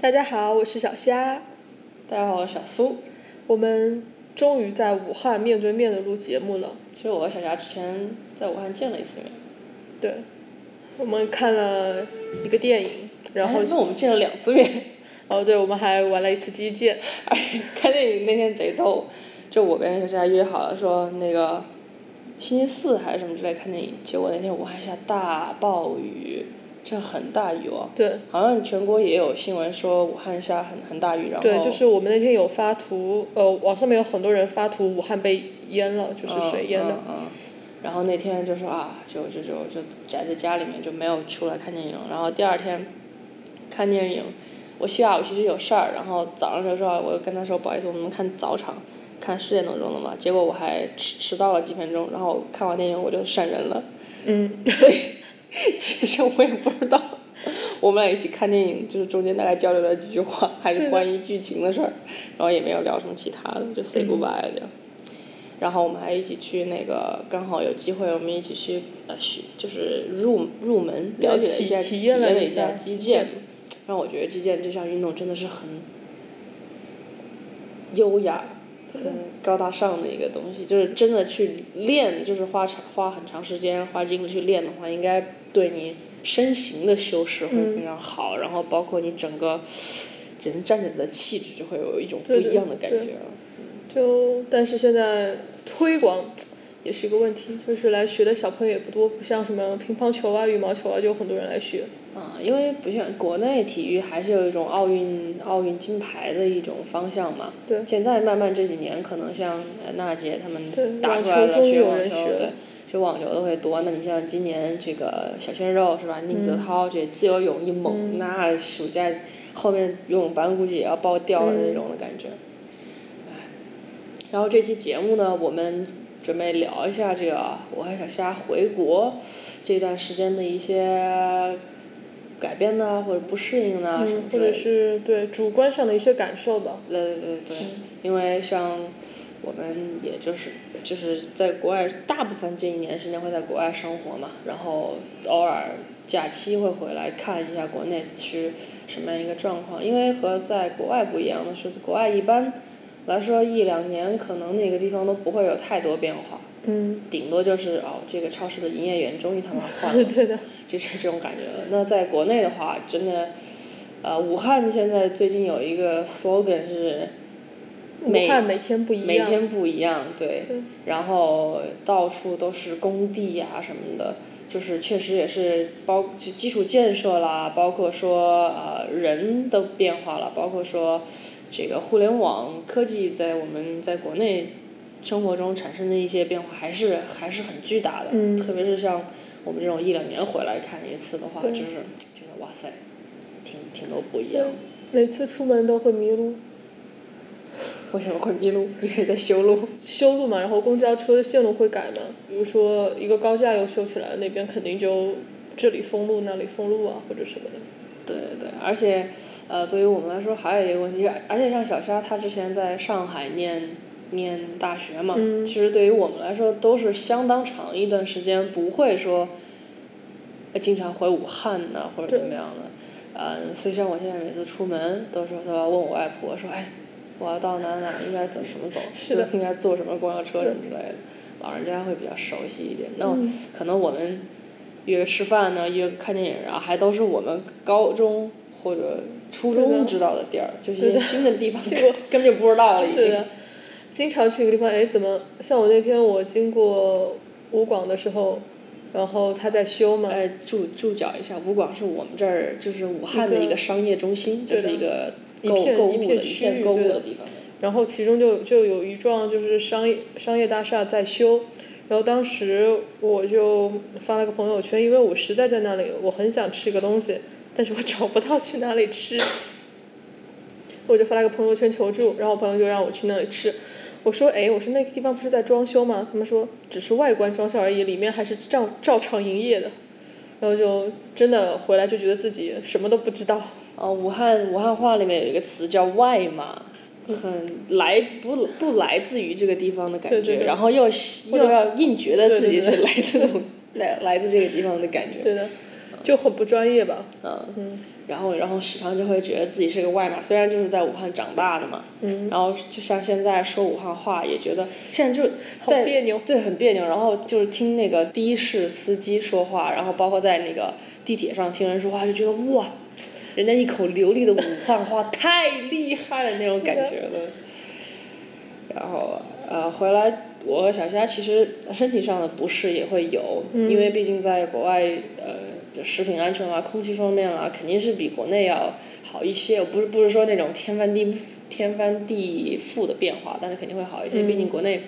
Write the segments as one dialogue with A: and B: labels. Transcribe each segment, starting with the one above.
A: 大家好，我是小虾。
B: 大家好，我是小苏。
A: 我们终于在武汉面对面的录节目了。
B: 其实我和小霞之前在武汉见了一次面，
A: 对，我们看了一个电影，然后
B: 哎那我们见了两次面，
A: 哦，对，我们还玩了一次击剑。
B: 而且看电影那天贼逗，就我跟小霞约好了说那个星期四还是什么之类看电影，结果那天武汉下大暴雨，真的很大雨哦，
A: 对，
B: 好像全国也有新闻说武汉下很很大雨，然后
A: 对，就是我们那天有发图，呃，网上面有很多人发图，武汉被淹了，就是水淹的。
B: 嗯嗯嗯然后那天就说啊，就就就就宅在家里面就没有出来看电影。然后第二天看电影，我下午其实有事儿，然后早上就说我跟他说不好意思，我们看早场，看十点多钟了嘛。结果我还迟迟到了几分钟，然后看完电影我就闪人了。
A: 嗯，
B: 其实我也不知道，我们俩一起看电影，就是中间大概交流了几句话，还
A: 对
B: 是
A: 的
B: 关于剧情的事儿，然后也没有聊什么其他的，就
A: 嗯
B: say goodbye 了就。然后我们还一起去那个，刚好有机会，我们一起去呃学，就是入入门
A: 嗯对
B: 了解了一下，
A: 体体
B: 体
A: 验了
B: 了
A: 一下
B: 下
A: 击
B: 击
A: 剑
B: 剑。让我觉得击剑这项运动真的是很优雅、很高大上的一个东西，就是真的去练，就是花长花很长时间、花精力去练的话，应该对你身形的修饰
A: 嗯
B: 会非常好，然后包括你整个人站着的气质就会有一种不
A: 对对
B: 一样的感
A: 对
B: 觉。
A: 就但是现在推广也是一个问题，就是来学的小朋友也不多，不像什么乒乓球啊、羽毛球啊，就有很多人来学。
B: 啊，因为不像国内体育还是有一种奥运奥运金牌的一种方向嘛。
A: 对
B: 现在慢慢这几年，可能像呃娜姐他们
A: 对
B: 打
A: 网
B: 出来
A: 球
B: 了，
A: 终于
B: 学
A: 有
B: 网
A: 人
B: 球
A: 学嗯
B: 对
A: 了，
B: 学网球的会多。那你像今年这个小鲜肉是吧？宁泽涛这自由泳一猛，那暑假后面游泳班估计也要爆掉了那种的感觉。唉然后这期节目呢，我们准备聊一下这个我和小虾回国这段时间的一些改变呐，或者不适应呐、什么
A: 嗯，
B: 之
A: 或
B: 类
A: 者
B: 的。
A: 是对主观上的一些感受吧。
B: 对对对对，因为像我们也就是就是在国外，大部分这一年时间会在国外生活嘛，然后偶尔假期会回来看一下国内是什么样一个状况。因为和在国外不一样的是，国外一般来说一两年可能那个地方都不会有太多变化，
A: 嗯，
B: 顶多就是哦这个超市的营业员终于他妈换了，
A: 对的，
B: 就是这种感觉了。那在国内的话，真的，呃，武汉现在最近有一个 slogan 是
A: 武
B: 每
A: 汉每天不一样。
B: 每天不一样，对
A: 嗯，
B: 然后到处都是工地呀、什么的，就是确实也是包就基础建设啦，包括说呃人的变化了，包括说这个互联网科技在我们在国内生活中产生的一些变化还是还是很巨大的，
A: 嗯
B: 特别是像我们这种一两年回来看一次的话，
A: 对
B: 就是觉得哇塞，挺挺多不一样的。
A: 每次出门都会迷路，
B: 为什么会迷路？ 因为在修路。
A: 修路嘛，然后公交车的线路会改嘛，比如说一个高架又修起来了，那边肯定就这里封路，那里封路啊，或者什么的。
B: 对对对，而且，呃，对于我们来说还有一个问题，而且像小沙他之前在上海念念大学嘛，
A: 嗯
B: 其实对于我们来说都是相当长一段时间，不会说，呃经常回武汉呐、或者怎么样的，呃，所以像我现在每次出门都说都要问我外婆说，哎，我要到哪哪应该怎怎么走，
A: 是的
B: 就应该坐什么公交车什么之类的，老人家会比较熟悉一点。那
A: 嗯
B: 可能我们约个吃饭呢，约个看电影啊，还都是我们高中或者初
A: 对的
B: 中知道的地儿，就是
A: 对
B: 一
A: 的
B: 些新的地方，
A: 这个
B: 根本就不知道了已
A: 对
B: 经。
A: 的，经常去一个地方，哎，怎么像我那天我经过武广的时候，然后他在修嘛，
B: 呃，注注脚一下，武广是我们这儿就是武汉的
A: 一
B: 一
A: 个
B: 个商业中心，就
A: 对的
B: 是一个
A: 一
B: 购
A: 片
B: 购
A: 一
B: 物
A: 片
B: 的一
A: 区域
B: 片购物
A: 对的
B: 的地方。
A: 然后其中就就有一幢就是商业商业大厦在修，然后当时我就发了个朋友圈，因为我实在在那里，我很想吃个东西，但是我找不到去哪里吃，我就发了个朋友圈求助，然后我朋友就让我去那里吃。我说，哎，我说那个地方不是在装修吗？他们说只是外观装修而已，里面还是照照常营业的。然后就真的回来就觉得自己什么都不知道。
B: 哦，武汉武汉话里面有一个词叫外嘛，很来不不来自于这个地方的感觉，
A: 对对对
B: 然后又
A: 或者
B: 又要硬觉得自己
A: 对
B: 是来自来来自这个地方的感觉，
A: 对的，就很不专业吧。
B: 嗯，然后然后时常就会觉得自己是个外码，虽然就是在武汉长大的嘛，
A: 嗯，
B: 然后就像现在说武汉话也觉得现在就
A: 好
B: 在
A: 别扭。
B: 对，很别扭。然后就是听那个的士司机说话，然后包括在那个地铁上听人说话，就觉得哇，人家一口流利的武汉话太厉害了那种感觉了。然后呃，回来我和小虾其实身体上的不适也会有，
A: 嗯
B: 因为毕竟在国外呃，就食品安全啊、空气方面啊，肯定是比国内要好一些。不是不是说那种天翻地天翻地覆的变化，但是肯定会好一些。毕竟国内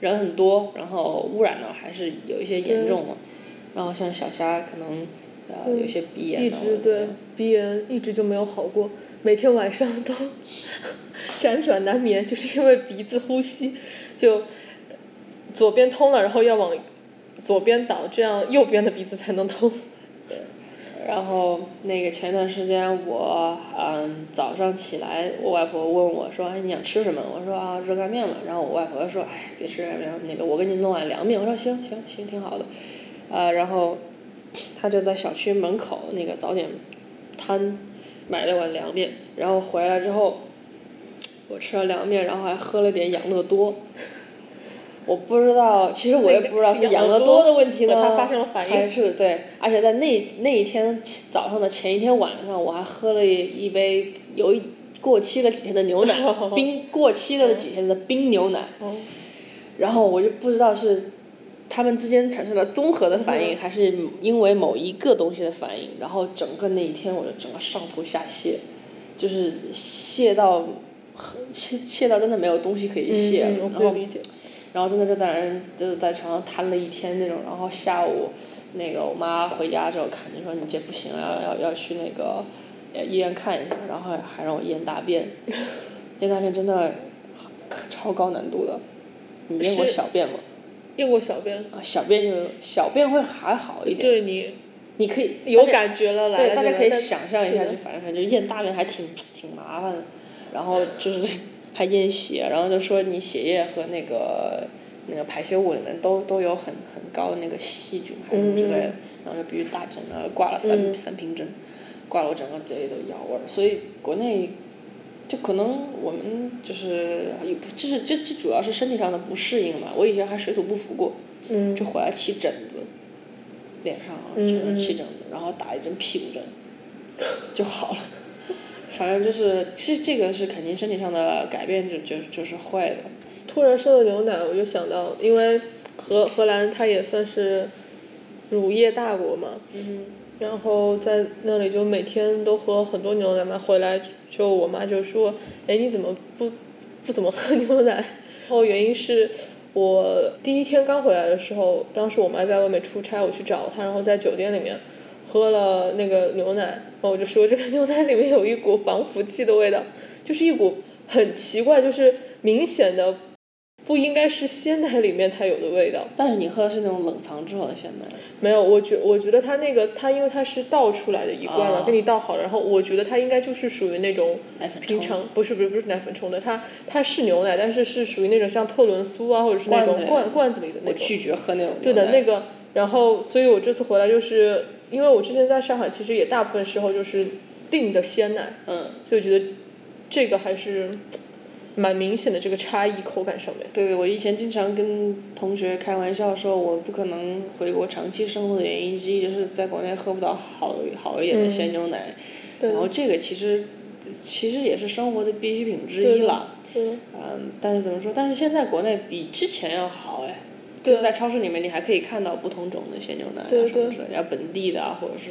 B: 人很多，然后污染呢啊还是有一些严重了。然后像小虾可能呃有些鼻炎
A: 一
B: 啊
A: 直对鼻炎一直就没有好过，每天晚上都 辗转难眠，就是因为鼻子呼吸就左边通了，然后要往左边倒，这样右边的鼻子才能通。
B: 然后那个前段时间我嗯早上起来，我外婆问我说：“哎，你想吃什么？”我说：“啊，热干面嘛。”然后我外婆说：“哎，别吃热干面，那个我给你弄碗凉面。”我说：“行行行，挺好的。”呃，然后她就在小区门口那个早点摊买了碗凉面，然后回来之后，我吃了凉面，然后还喝了点养乐多。 我不知道，哦其实我也不知道是养乐多的问题呢，
A: 和它发生了反应，
B: 还是对，而且在那那一天早上的前一天晚上，我还喝了一一杯有一过期了几天的牛奶 冰过期了几天的冰牛奶，
A: 哦，
B: 然后我就不知道是他们之间产生了综合的反应，
A: 嗯
B: 还是因为某一个东西的反应，然后整个那一天我就整个上吐下泻，就是泻到很泻泻到真的没有东西可以泻了，
A: 嗯，我
B: 然
A: 可以
B: 后
A: 理解。
B: 然后真的就在那儿就是在床上瘫了一天那种，然后下午那个我妈回家之后看就说你这不行啊，要要要去那个呃医院看一下，然后还让我验大便，验大便真的可超高难度的，你验过
A: 是
B: 小便吗？
A: 验过小便，
B: 啊，小便就小便会还好一点，
A: 对你
B: 你可以
A: 有感觉了，来
B: 对，
A: 了
B: 大家
A: 就
B: 可以
A: 来
B: 想象一下，
A: 对
B: 就反正反正就验大便还挺挺麻烦的，然后就是 还验血，然后就说你血液和那个那个排泄物里面都都有很很高的那个细菌还是什么之
A: 嗯
B: 类的，然后就必须打针了，挂了三、三瓶针，挂了我整个嘴里都药味儿，所以国内。就可能我们就是也不，就是这这主要是身体上的不适应嘛。我以前还水土不服过，
A: 嗯
B: 就回来起疹子，脸上啊
A: 嗯
B: 起起疹子，然后打一针屁股针，就好了。 反正就是，其实这个是肯定身体上的改变就，就就是会的。
A: 突然说到牛奶，我就想到，因为荷荷兰它也算是乳业大国嘛，然后在那里就每天都喝很多牛奶嘛，回来就我妈就说，哎，你怎么不不怎么喝牛奶？然后原因是我第一天刚回来的时候，当时我妈在外面出差，我去找她，然后在酒店里面喝了那个牛奶，然后我就说这个牛奶里面有一股防腐剂的味道，就是一股很奇怪，就是明显的不应该是鲜奶里面才有的味道。
B: 但是你喝的是那种冷藏之后的鲜奶，
A: 没有，我觉我觉得它那个它因为它是倒出来的一罐嘛，
B: 哦
A: 给你倒好了，然后我觉得它应该就是属于那种
B: 奶粉
A: 平
B: 冲
A: 常不是不是不是奶粉冲的，它它是牛奶，但是是属于那种像特仑苏啊或者是那
B: 罐子
A: 种
B: 里
A: 罐罐子里的那
B: 我
A: 种，
B: 拒绝喝那种牛奶。
A: 对的那个，然后所以我这次回来就是因为我之前在上海其实也大部分时候就是订的鲜奶，
B: 嗯，
A: 所以我觉得这个还是蛮明显的这个差异口感上面，
B: 对，我以前经常跟同学开玩笑说，我不可能回国长期生活的原因之一，就是在国内喝不到好好一点的
A: 嗯
B: 鲜牛奶。
A: 对
B: 然后这个其实其实也是生活的必需品之一啦。
A: 嗯，
B: 嗯，但是怎么说？但是现在国内比之前要好哎，
A: 对
B: 就是在超市里面你还可以看到不同种的鲜牛奶啊
A: 对
B: 什么之类的，要本地的啊，或者是，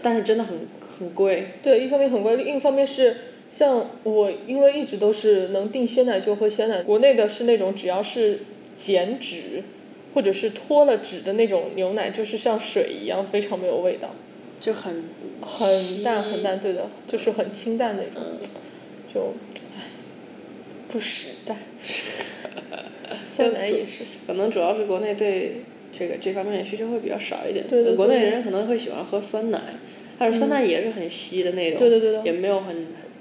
B: 但是真的很很贵。
A: 对，一方面很贵，另一方面是像我，因为一直都是能订鲜奶就喝鲜奶，国内的是那种只要是减脂或者是脱了脂的那种牛奶，就是像水一样，非常没有味道，
B: 就很
A: 很淡很淡，对的，就是很清淡那
B: 嗯
A: 种，就唉不实在。
B: 呃
A: 酸奶也是，
B: 可能主要是国内对这个这方面的需求会比较少一点。呃
A: 对对
B: 国内
A: 对嗯
B: 人可能会喜欢喝酸奶，但是酸奶也是很稀的那种，
A: 对的对的，
B: 也没有很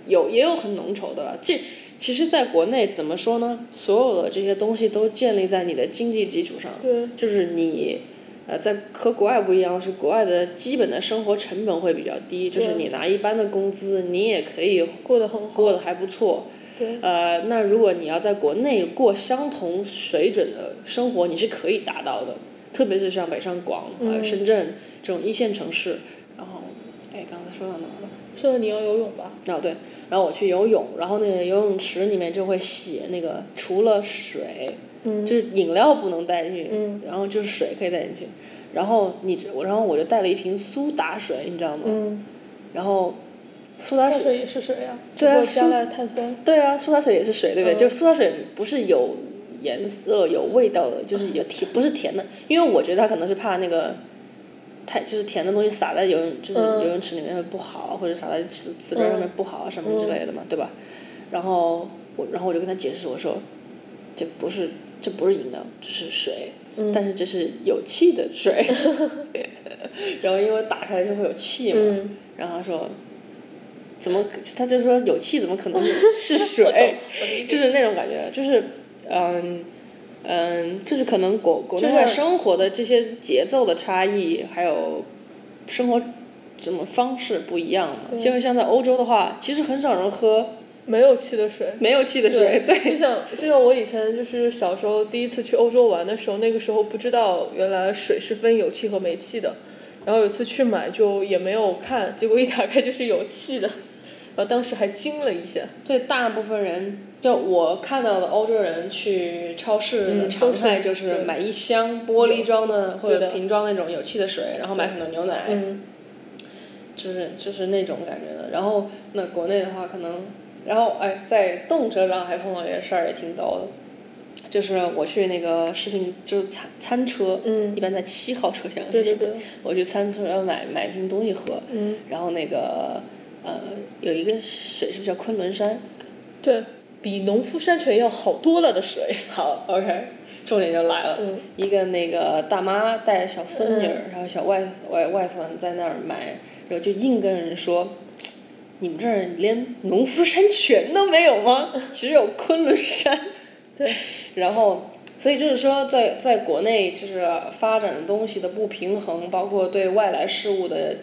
B: 有也有很浓稠的了。这其实，在国内怎么说呢？所有的这些东西都建立在你的经济基础上，
A: 对
B: 就是你呃，在和国外不一样，是国外的基本的生活成本会比较低，就是你拿一般的工资，你也可以
A: 过得很好。
B: 过得还不错。
A: 对。
B: 呃，那如果你要在国内过相同水准的生活，你是可以达到的，特别是像北上广、呃
A: 嗯
B: 深圳这种一线城市。然后，哎，刚才说到哪儿了？
A: 说到你要游泳吧，
B: 哦，对，然后我去游泳，然后那个游泳池里面就会写那个除了水，
A: 嗯
B: 就是饮料不能带进去，
A: 嗯
B: 然后就是水可以带进去，然后你这我然后我就带了一瓶苏打水，你知道吗？
A: 嗯，
B: 然后苏打水，
A: 水也是水呀、
B: 对啊
A: 只不过加
B: 苏
A: 了碳酸，
B: 对啊，苏打水也是水，对不对？
A: 嗯
B: 就苏打水不是有颜色、有味道的，就是有甜，不是甜的，因为我觉得他可能是怕那个。太就是甜的东西洒在游泳就是
A: 嗯
B: 游泳池里面会不好，或者洒在瓷瓷砖上面不好啊什么之类
A: 嗯
B: 的嘛，对吧？然后我然后我就跟他解释我说，这不是这不是饮料，这是水，
A: 嗯
B: 但是这是有气的 水。 然后因为打开就会有气嘛，
A: 嗯，
B: 然后他说，怎么可他就说有气怎么 可能是水？就是那种感觉，就是嗯嗯，就是可能国国内
A: 就
B: 外
A: 是
B: 生活的这些节奏的差异，还有生活怎么方式不一样嘛。因为像在欧洲的话，其实很少人喝
A: 嗯没有气的水。
B: 没有气的水，对，
A: 就像就像我以前就是小时候第一次去欧洲玩的时候，那个时候不知道原来水是分有气和没气的，然后有一次去买就也没有看，结果一打开就是有气的，然后当时还惊了一下。
B: 对大部分人，就我看到的欧洲人去超市的
A: 嗯
B: 常
A: 都是
B: 态就是
A: 对
B: 买一箱玻璃装的或
A: 对
B: 者
A: 的
B: 瓶装那种有气的水，然后买很多牛奶，
A: 嗯，
B: 就是就是那种感觉的。然后那国内的话，可能然后哎，在动车上还碰到一个事儿也挺逗的，就是我去那个食品就是餐餐车，
A: 嗯
B: 一般在七号车厢，
A: 对对对，
B: 我去餐车要买买瓶东西喝，
A: 嗯，
B: 然后那个呃有一个水是不是叫昆仑山？
A: 对比农夫山泉要好多了的水。
B: 好，OK，重点就来了。
A: 嗯
B: 一个那个大妈带小孙女儿，然后小外外外孙在那儿买，然后就硬跟人说，你们这儿连农夫山泉都没有吗？只有昆仑山。
A: 对，
B: 然后，所以就是说在，在国内就是发展的东西的不平衡，包括对外来事物的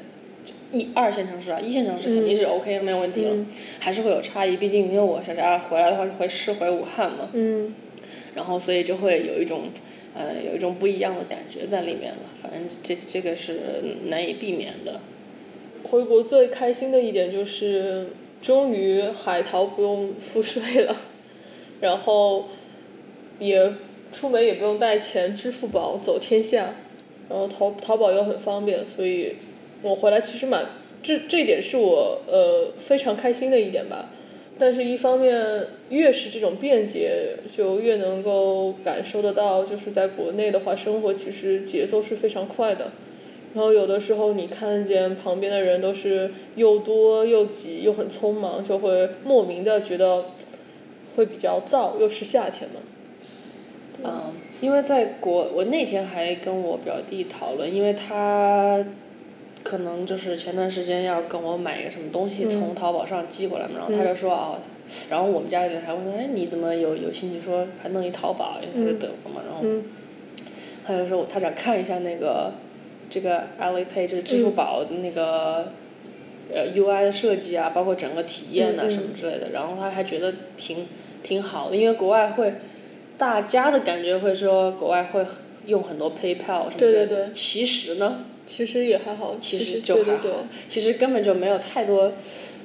B: 一二线城市啊，一线城市肯定
A: 嗯
B: 是 OK、没有问题了，还是会有差异。毕竟因为我小家回来的话是回是回武汉嘛，
A: 嗯，
B: 然后所以就会有一种呃有一种不一样的感觉在里面了。反正这这个是难以避免的。
A: 回国最开心的一点就是，终于海淘不用付税了，然后也出门也不用带钱，支付宝走天下，然后淘淘宝又很方便，所以我回来其实蛮这这一点是我呃非常开心的一点吧。但是，一方面越是这种便捷，就越能够感受得到，就是在国内的话，生活其实节奏是非常快的。然后有的时候你看见旁边的人都是又多又挤又很匆忙，就会莫名的觉得会比较燥，又是夏天嘛。
B: 嗯，因为在国，我那天还跟我表弟讨论，因为他可能就是前段时间要跟我买一个什么东西，
A: 嗯
B: 从淘宝上寄过来嘛，然后他就说啊、然后我们家里人还问他，哎，你怎么有有兴趣说还弄一淘宝？因为他就等我嘛，然后
A: 嗯
B: 他就说他想看一下那个这个 Alipay 就是支
A: 嗯
B: 付宝的那个、呃 UI 的设计啊，包括整个体验呐、
A: 嗯嗯
B: 什么之类的，然后他还觉得挺挺好的，因为国外会大家的感觉会说国外会用很多 PayPal 什么之类的，
A: 对对对
B: 其实呢，
A: 其实也还好，
B: 其
A: 其
B: 实就
A: 对
B: 还
A: 对
B: 好，
A: 对，
B: 其实根本就没有太多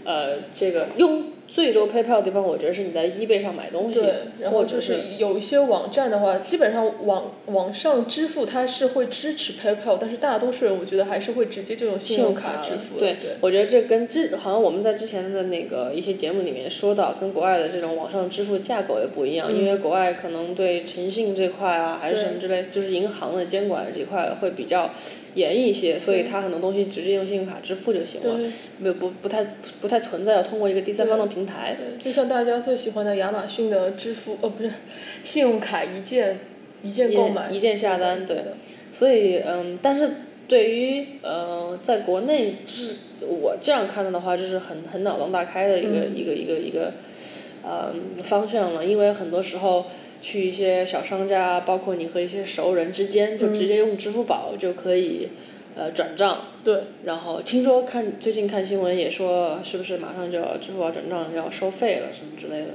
B: 呃这个用最多 PayPal 的地方，我觉得是你在 eBay 上买东西
A: 对，，然后
B: 或
A: 就
B: 者是
A: 是有一些网站的话，基本上网网上支付它是会支持 PayPal，但是大多数人我觉得还是会直接就用信用卡支付的。
B: 对，
A: 对，
B: 我觉得这跟之好像我们在之前的那个一些节目里面说到，跟国外的这种网上支付架构也不一样，因为
A: 嗯
B: 国外可能对诚信这块啊，还是什么之类，就是银行的监管这块会比较严一些，所以它很多东西直接用信用卡支付就行了，没有不不太不太存在要通过一个第三方的平台。
A: 对，就像大家最喜欢的亚马逊的支付，呃，不是，信用卡一键一键
B: 一
A: 购
B: 键
A: 买，
B: 一键下单对所以嗯，但是对于呃，在国内就是我这样看到的话，就是很很
A: 嗯
B: 脑洞大开的一个、一个一个一个呃方向了，因为很多时候。去一些小商家，包括你和一些熟人之间，就
A: 嗯
B: 直接用支付宝就可以呃转账。
A: 对，
B: 然后听说看最近看新闻也说，是不是马上就要支付宝转账要收费了什么之类的？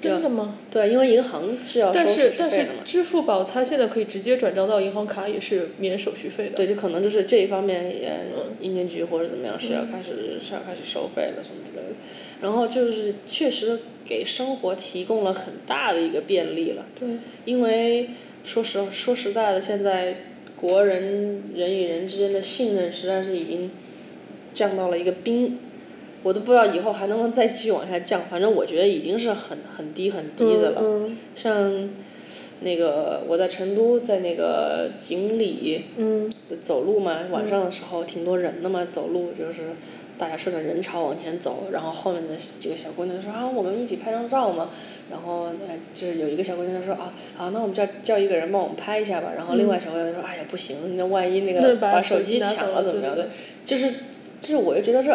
A: 真的吗？
B: 对，因为银行是要收
A: 但
B: 手
A: 是
B: 续
A: 但
B: 费
A: 是
B: 的嘛。
A: 支付宝它现在可以直接转账到银行卡，也是免手续费的。
B: 对，就可能就是这一方面也，银监局或者怎么样是要开始、是要开始收费了什么之类的。然后就是确实给生活提供了很大的一个便利了。
A: 对，
B: 因为说实说实在的，现在国人人与人之间的信任实在是已经降到了一个冰，我都不知道以后还能不能再继续往下降。反正我觉得已经是很很低很低的了。
A: 嗯
B: 像那个我在成都，在那个锦里
A: 嗯
B: 走路嘛，晚上的时候挺多人的嘛，走路就是。大家顺着人潮往前走，然后后面的几个小姑娘说啊，我们一起拍张照嘛。然后呃，就是有一个小姑娘说啊，好，那我们叫叫一个人帮我们拍一下吧。然后另外小姑娘说，哎呀，不行，那万一那
A: 对
B: 个
A: 嗯把
B: 把
A: 手
B: 手
A: 机
B: 机
A: 拿
B: 抢
A: 走
B: 了
A: 了
B: 怎么
A: 对
B: 样
A: 对
B: 的？就是，就是我就觉得这，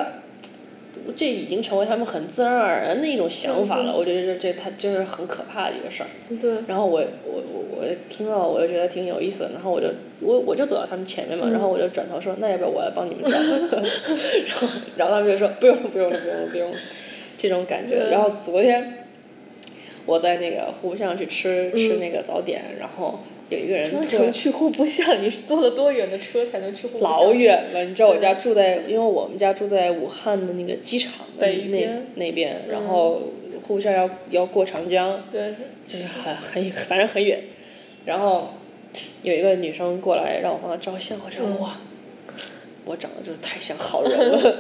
B: 这已经成为他们很自然而然的一种想法了。我觉得这这他就是很可怕的一个事儿。
A: 嗯，对，
B: 然后我我我我听到我就觉得挺有意思的，然后我就我我就走到他们前面
A: 嗯
B: 嘛，然后我就转头说，那要不要我来帮 你们找？ 然后然后他们就说不用了不用了不用了不用了，这种感觉。然后昨天我在那个湖上去
A: 嗯
B: 吃吃那个早点，然后有一个人
A: 专
B: 突然
A: 程去户部巷，你是坐了多远的车才能去户部巷？
B: 老远了，你知道我家住在，因为我们家住在武汉的那个机场的
A: 北
B: 那
A: 边
B: 那边，然后户部巷要要过长江，
A: 对，
B: 就是很很反正很远，然后有一个女生过来让我帮她照相，我
A: 嗯
B: 说、哇，我长得就是太像好人了，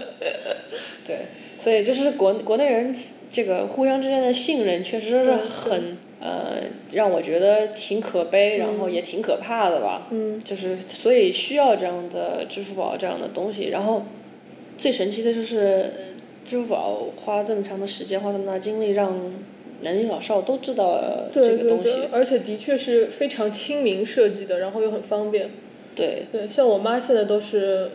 B: 对，所以就是国国内人这个互相之间的信任确实是
A: 对
B: 很呃让我觉得挺可悲，然后也挺可怕的吧，
A: 嗯
B: 就是所以需要这样的支付宝这样的东西，然后最神奇的就是呃支付宝花这么长的时间，花这么大精力让。男女老少都知道呃
A: 对对
B: 这个东西
A: 对，，而且的确是非常亲民设计的，然后又很方便。
B: 对
A: 对，像我妈现在都是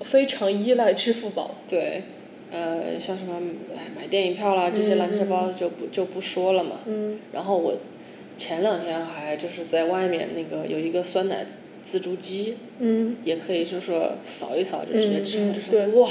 A: 非常依赖支付宝。
B: 对，呃，像什么哎买电影票啦这些乱七八糟就不就不说了嘛。
A: 嗯
B: 然后我前两天还就是在外面那个有一个酸奶自自助机，
A: 嗯，
B: 也可以就是说扫一扫就直接
A: 嗯
B: 吃了，
A: 嗯
B: 就说
A: 对
B: 哇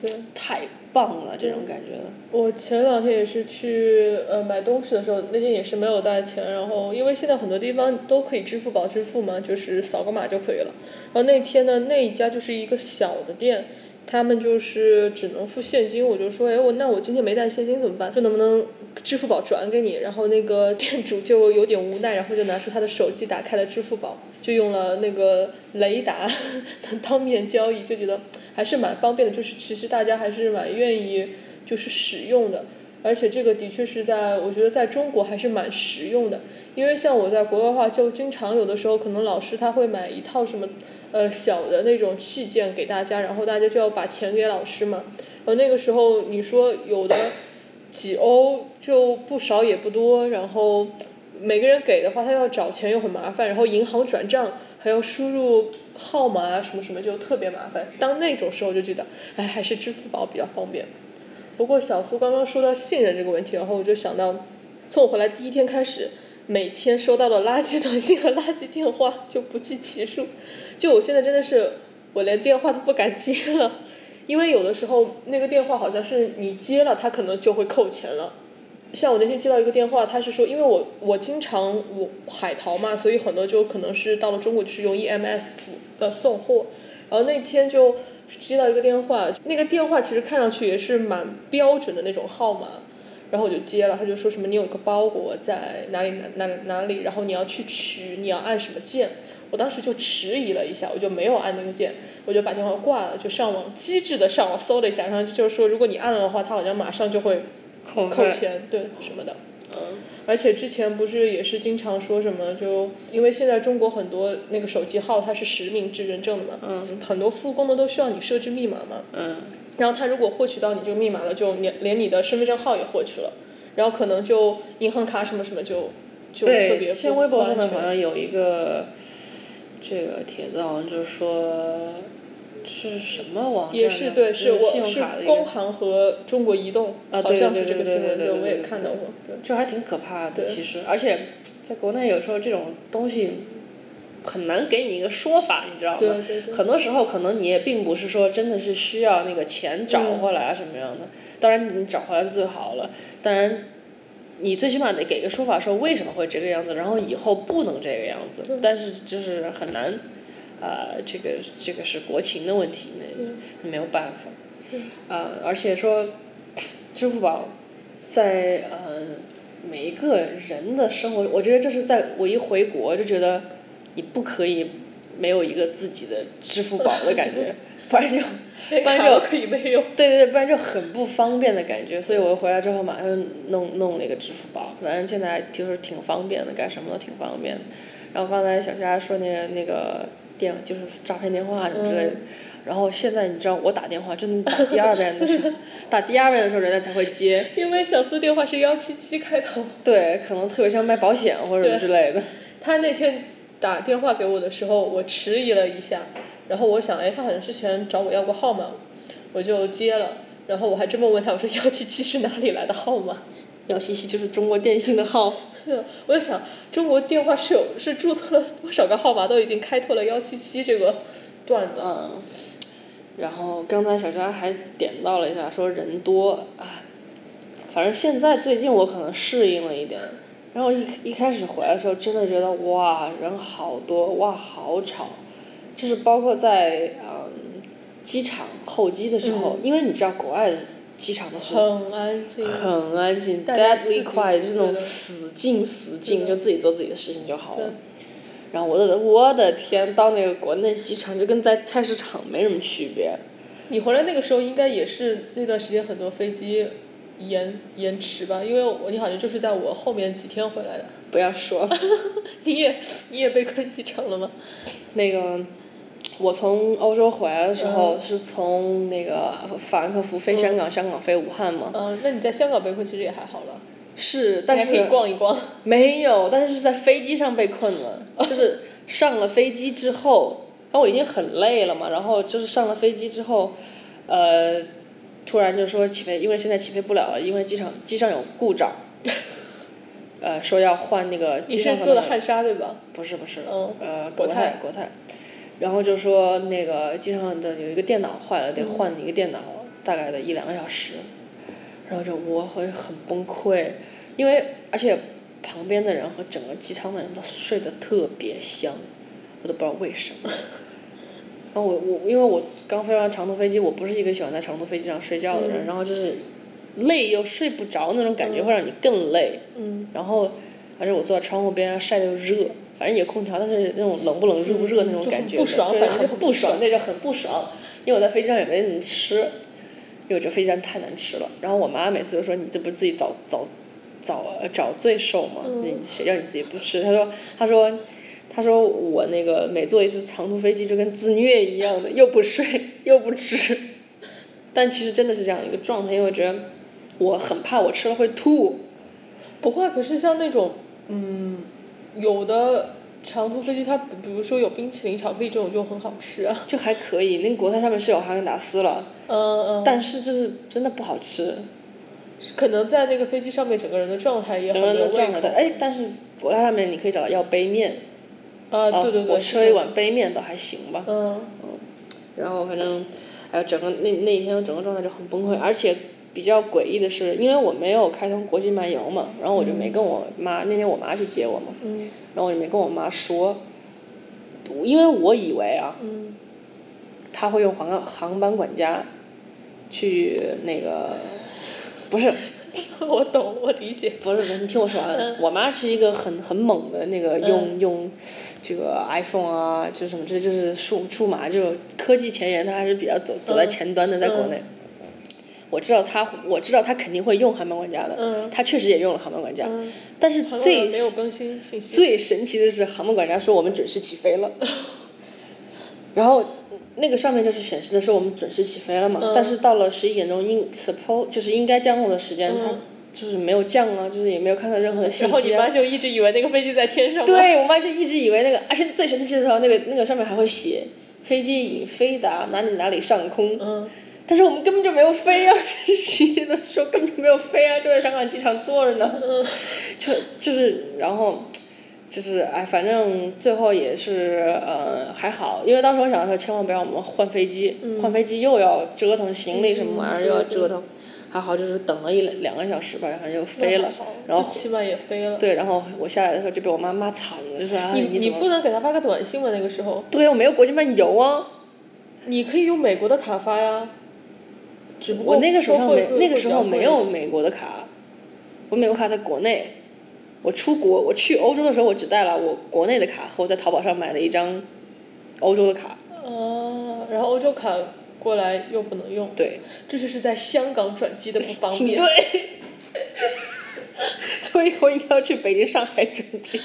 A: 对，
B: 太棒了这种感觉的。
A: 我前两天也是去呃买东西的时候，那天也是没有带钱，然后因为现在很多地方都可以支付宝支付嘛，就是扫个码就可以了。然后那天呢，那一家就是一个小的店，他们就是只能付现金，我就说，哎，我那我今天没带现金怎么办？这能不能支付宝转给你？然后那个店主就有点无奈，然后就拿出他的手机打开了支付宝，就用了那个雷达 当面交易，就觉得还是蛮方便的。就是其实大家还是蛮愿意就是使用的。而且这个的确是在，我觉得在中国还是蛮实用的，因为像我在国外的话，就经常有的时候可能老师他会买一套什么，呃小的那种器件给大家，然后大家就要把钱给老师嘛，然后那个时候你说有的几欧就不少也不多，然后每个人给的话，他要找钱又很麻烦，然后银行转账还要输入号码啊什么什么，就特别麻烦。当那种时候就觉得，哎，还是支付宝比较方便。不过小苏刚刚说到信任这个问题，然后我就想到，从我回来第一天开始，每天收到的垃圾短信和垃圾电话就不计其数。就我现在真的是，我连电话都不敢接了，因为有的时候那个电话好像是你接了，他可能就会扣钱了。像我那天接到一个电话，他是说，因为我我经常我海淘嘛，所以很多就可能是到了中国就是用 EMS 付呃送货，然后那天就接到一个电话，那个电话其实看上去也是蛮标准的那种号码，然后我就接了，他就说什么你有个包裹在哪里哪哪哪里，然后你要去取，你要按什么键。我当时就迟疑了一下，我就没有按那个键，我就把电话挂了，就上网机智的上网搜了一下，然后就是说如果你按了的话，他好像马上就会
B: 扣
A: 扣钱，对什么的。
B: 嗯
A: 而且之前不是也是经常说什么，就因为现在中国很多那个手机号它是实名制认证的嘛，嗯很多复工的都需要你设置密码嘛，
B: 嗯，
A: 然后他如果获取到你这个密码了，就连连你的身份证号也获取了，然后可能就银行卡什么什么就就特
B: 对，
A: 别
B: 像
A: 不
B: 微博
A: 不安
B: 上面
A: 全
B: 啊好像有一个这个帖子，好像就是说，是什么网站呢？
A: 也是对，
B: 就是
A: 我
B: 信
A: 是
B: 用卡的一个
A: 工行和中国移动，好
B: 啊对
A: 像
B: 对
A: 是这
B: 对
A: 个
B: 对
A: 新
B: 对
A: 闻，
B: 对
A: 对，
B: 对
A: 我也
B: 对
A: 看到过。对，
B: 这还挺可怕的，
A: 对
B: 其实，而且在国内有时候这种东西很难给你一个说法，你知道吗？
A: 对对对，
B: 很多时候可能你也并不是说真的是需要那个钱找回来啊什么样的，当然你找回来是最好了，当然。你最起码得给个说法，说为什么会这个样子，然后以后不能这个样子。但是就是很难，啊、这个这个是国情的问题，那没有办法。啊、而且说，支付宝在呃每一个人的生活，我觉得这是在我一回国就觉得你不可以没有一个自己的支付宝的感觉，不然就
A: 连
B: 不然
A: 卡
B: 就
A: 都可以没有。
B: 对对对，不然就很不方便的感觉。所以我回来之后马上就弄弄了一个支付宝，反正现在就是挺方便的，干什么都挺方便的。然后刚才小虾说那个那个电就是诈骗电话什啊么之类的。然后现在你知道我打电话，真的打第二遍的时候，打第二遍的时候人家才会接，
A: 因为小苏电话是幺七七开头，
B: 对，可能特别像卖保险或者什么之类的。
A: 他那天打电话给我的时候，我迟疑了一下，然后我想，哎，他好像之前找我要过号码，我就接了，然后我还真的问他，我说幺七七是哪里来的号码？
B: 幺七七就是中国电信的号，
A: 我就想，中国电话是有是注册了多少个号码，都已经开拓了幺七七这个段子。
B: 嗯。然后刚才小佳还点到了一下，说人多啊，反正现在最近我可能适应了一点。然后一一开始回来的时候，真的觉得哇，人好多，哇，好吵。就是包括在嗯机场候机的时候，因为你知道国外的机场都是
A: 很安静，
B: 很安静
A: 大家自
B: ，deadly
A: 己
B: quiet，
A: 是
B: 这种
A: 的
B: 死静死静，
A: 是
B: 就
A: 的
B: 自己做自己的事情就好了
A: 对。
B: 然后我的我的天，到那个国内机场就跟在菜市场没什么区别。
A: 你回来那个时候应该也是那段时间很多飞机延延迟吧？因为我你好像就是在我后面几天回来的，
B: 不要说
A: 你也你也被关机场了吗？
B: 那个，我从欧洲回来的时候、
A: 嗯
B: 是从那个法兰克福飞香港，香港飞武汉嘛。
A: 嗯，那你在香港被困其实也还好了，
B: 是，但
A: 你还可
B: 是
A: 以逛一逛。
B: 没有，但是是在飞机上被困了，就是上了飞机之后，然后我已经很累了嘛，然后就是上了飞机之后，呃，突然就说起飞，因为现在起飞不了了，因为机场机上有故障，呃，说要换那个
A: 你
B: 机上
A: 是
B: 的
A: 坐的
B: 那个
A: 汉莎对吧？
B: 不是不是，
A: 嗯
B: 呃，
A: 国
B: 国泰国泰，然后就说那个机上的有一个电脑坏了，得换一个电脑，大概得一两个小时，然后就我会很崩溃，因为而且旁边的人和整个机舱的人都睡得特别香，我都不知道为什么。然后我我因为我刚飞完长途飞机，我不是一个喜欢在长途飞机上睡觉的人，然后就是累又睡不着那种感觉，会让你更累。
A: 嗯，
B: 然后反正我坐在窗户边晒的又热，反正也空调，但是那种冷不冷、热不热那种感觉的，
A: 嗯就很不爽
B: 就是
A: 反正
B: 很
A: 就很
B: 不爽，那种很不爽。因为我在飞机上也没怎么吃，因为我觉得飞机上太难吃了。然后我妈每次都说：“你这不是自己找找找呃找罪受吗？
A: 嗯
B: 你谁叫你自己不吃？”她说：“她说。”她说我那个每坐一次长途飞机就跟自虐一样的，又不睡又不吃， 但其实真的是这样一个状态，因为我觉得我很怕我吃了会吐，
A: 不会。可是像那种嗯，有的长途飞机它比比如说有冰淇淋、巧克力这种就很好吃啊。
B: 就还可以，那个国泰上面是有哈根达斯了，
A: 嗯嗯。
B: 但是就是真的不好吃，
A: 可能在那个飞机上面，整个人的状态也很
B: 整个
A: 没
B: 人
A: 有
B: 都撞
A: 胃
B: 了
A: 口
B: 的。。哎，但是国泰上面你可以找到要杯面，
A: 啊，对对对。
B: 哦我吃了一碗杯面倒还行吧。
A: 嗯，
B: 然后反正，哎呦，整个那那一天整个状态就很崩溃，而且比较诡异的是，因为我没有开通国际漫游嘛，然后我就没跟我妈、那天我妈去接我嘛，
A: 嗯
B: 然后我就没跟我妈说，因为我以为啊，
A: 嗯
B: 他会用航班航班管家去那个，不是。
A: 嗯，我懂，我理解。嗯
B: 不是，不是，你听我说完。我妈是一个很很猛的那个用、用这个 iPhone 啊，就什么这就是数数码就科技前沿，她还是比较走
A: 嗯
B: 走在前端的，在国内。我知道她，我知道她肯定会用航班管家的，
A: 嗯
B: 她确实也用了航班管家，
A: 嗯。
B: 但是
A: 韩国
B: 最
A: 人没有更新信息。
B: 最神奇的是，航班管家说我们准时起 飞了，然后那个上面就是显示的是我们准时起飞了嘛。
A: 嗯
B: 但是到了十一点钟，应 suppose 就是应该降落的时间，它就是没有降啊，就是也没有看到任何的
A: 嗯
B: 信
A: 然后你
B: 息、啊。
A: 妈就一直以为那个飞机在天上吗？
B: 啊对我妈就一直以为那个，而且最神奇的时候，那个那个上面还会写飞机已飞达哪里哪里上空，
A: 嗯，
B: 但是我们根本就没有飞啊！十一的时候根本就没有飞啊，就在香港机场坐着呢。
A: 嗯
B: 就就是，然后就是哎，反正最后也是呃还好，因为当时我想说，千万不要我们换飞机，换飞机又要折腾行李什么玩意儿，
A: 嗯
B: 又要折腾。还好就是等了一两两个小时吧，反正就飞了
A: 那还好。
B: 然
A: 这
B: 后
A: 起码也飞了。
B: 对，然后我下来的时候就被我妈骂惨了，就说哎
A: 你
B: 你
A: 你
B: 怎么
A: 不能给他发个短信吗？那个时候，
B: 对，我没有国际漫游啊。
A: 你可以用美国的卡发呀。只不过
B: 我那个时
A: 收
B: 候
A: 费
B: 没
A: 会
B: 那个时候没，
A: 会
B: 有美国的卡，我美国卡在国内。我出国，我去欧洲的时候，我只带了我国内的卡和我在淘宝上买了一张欧洲的卡。
A: 比较贵啊，然后欧洲卡过来又不能用，
B: 对，
A: 这就是在香港转机的不方便。
B: 对。 所以我应该要去北京、上海 转机。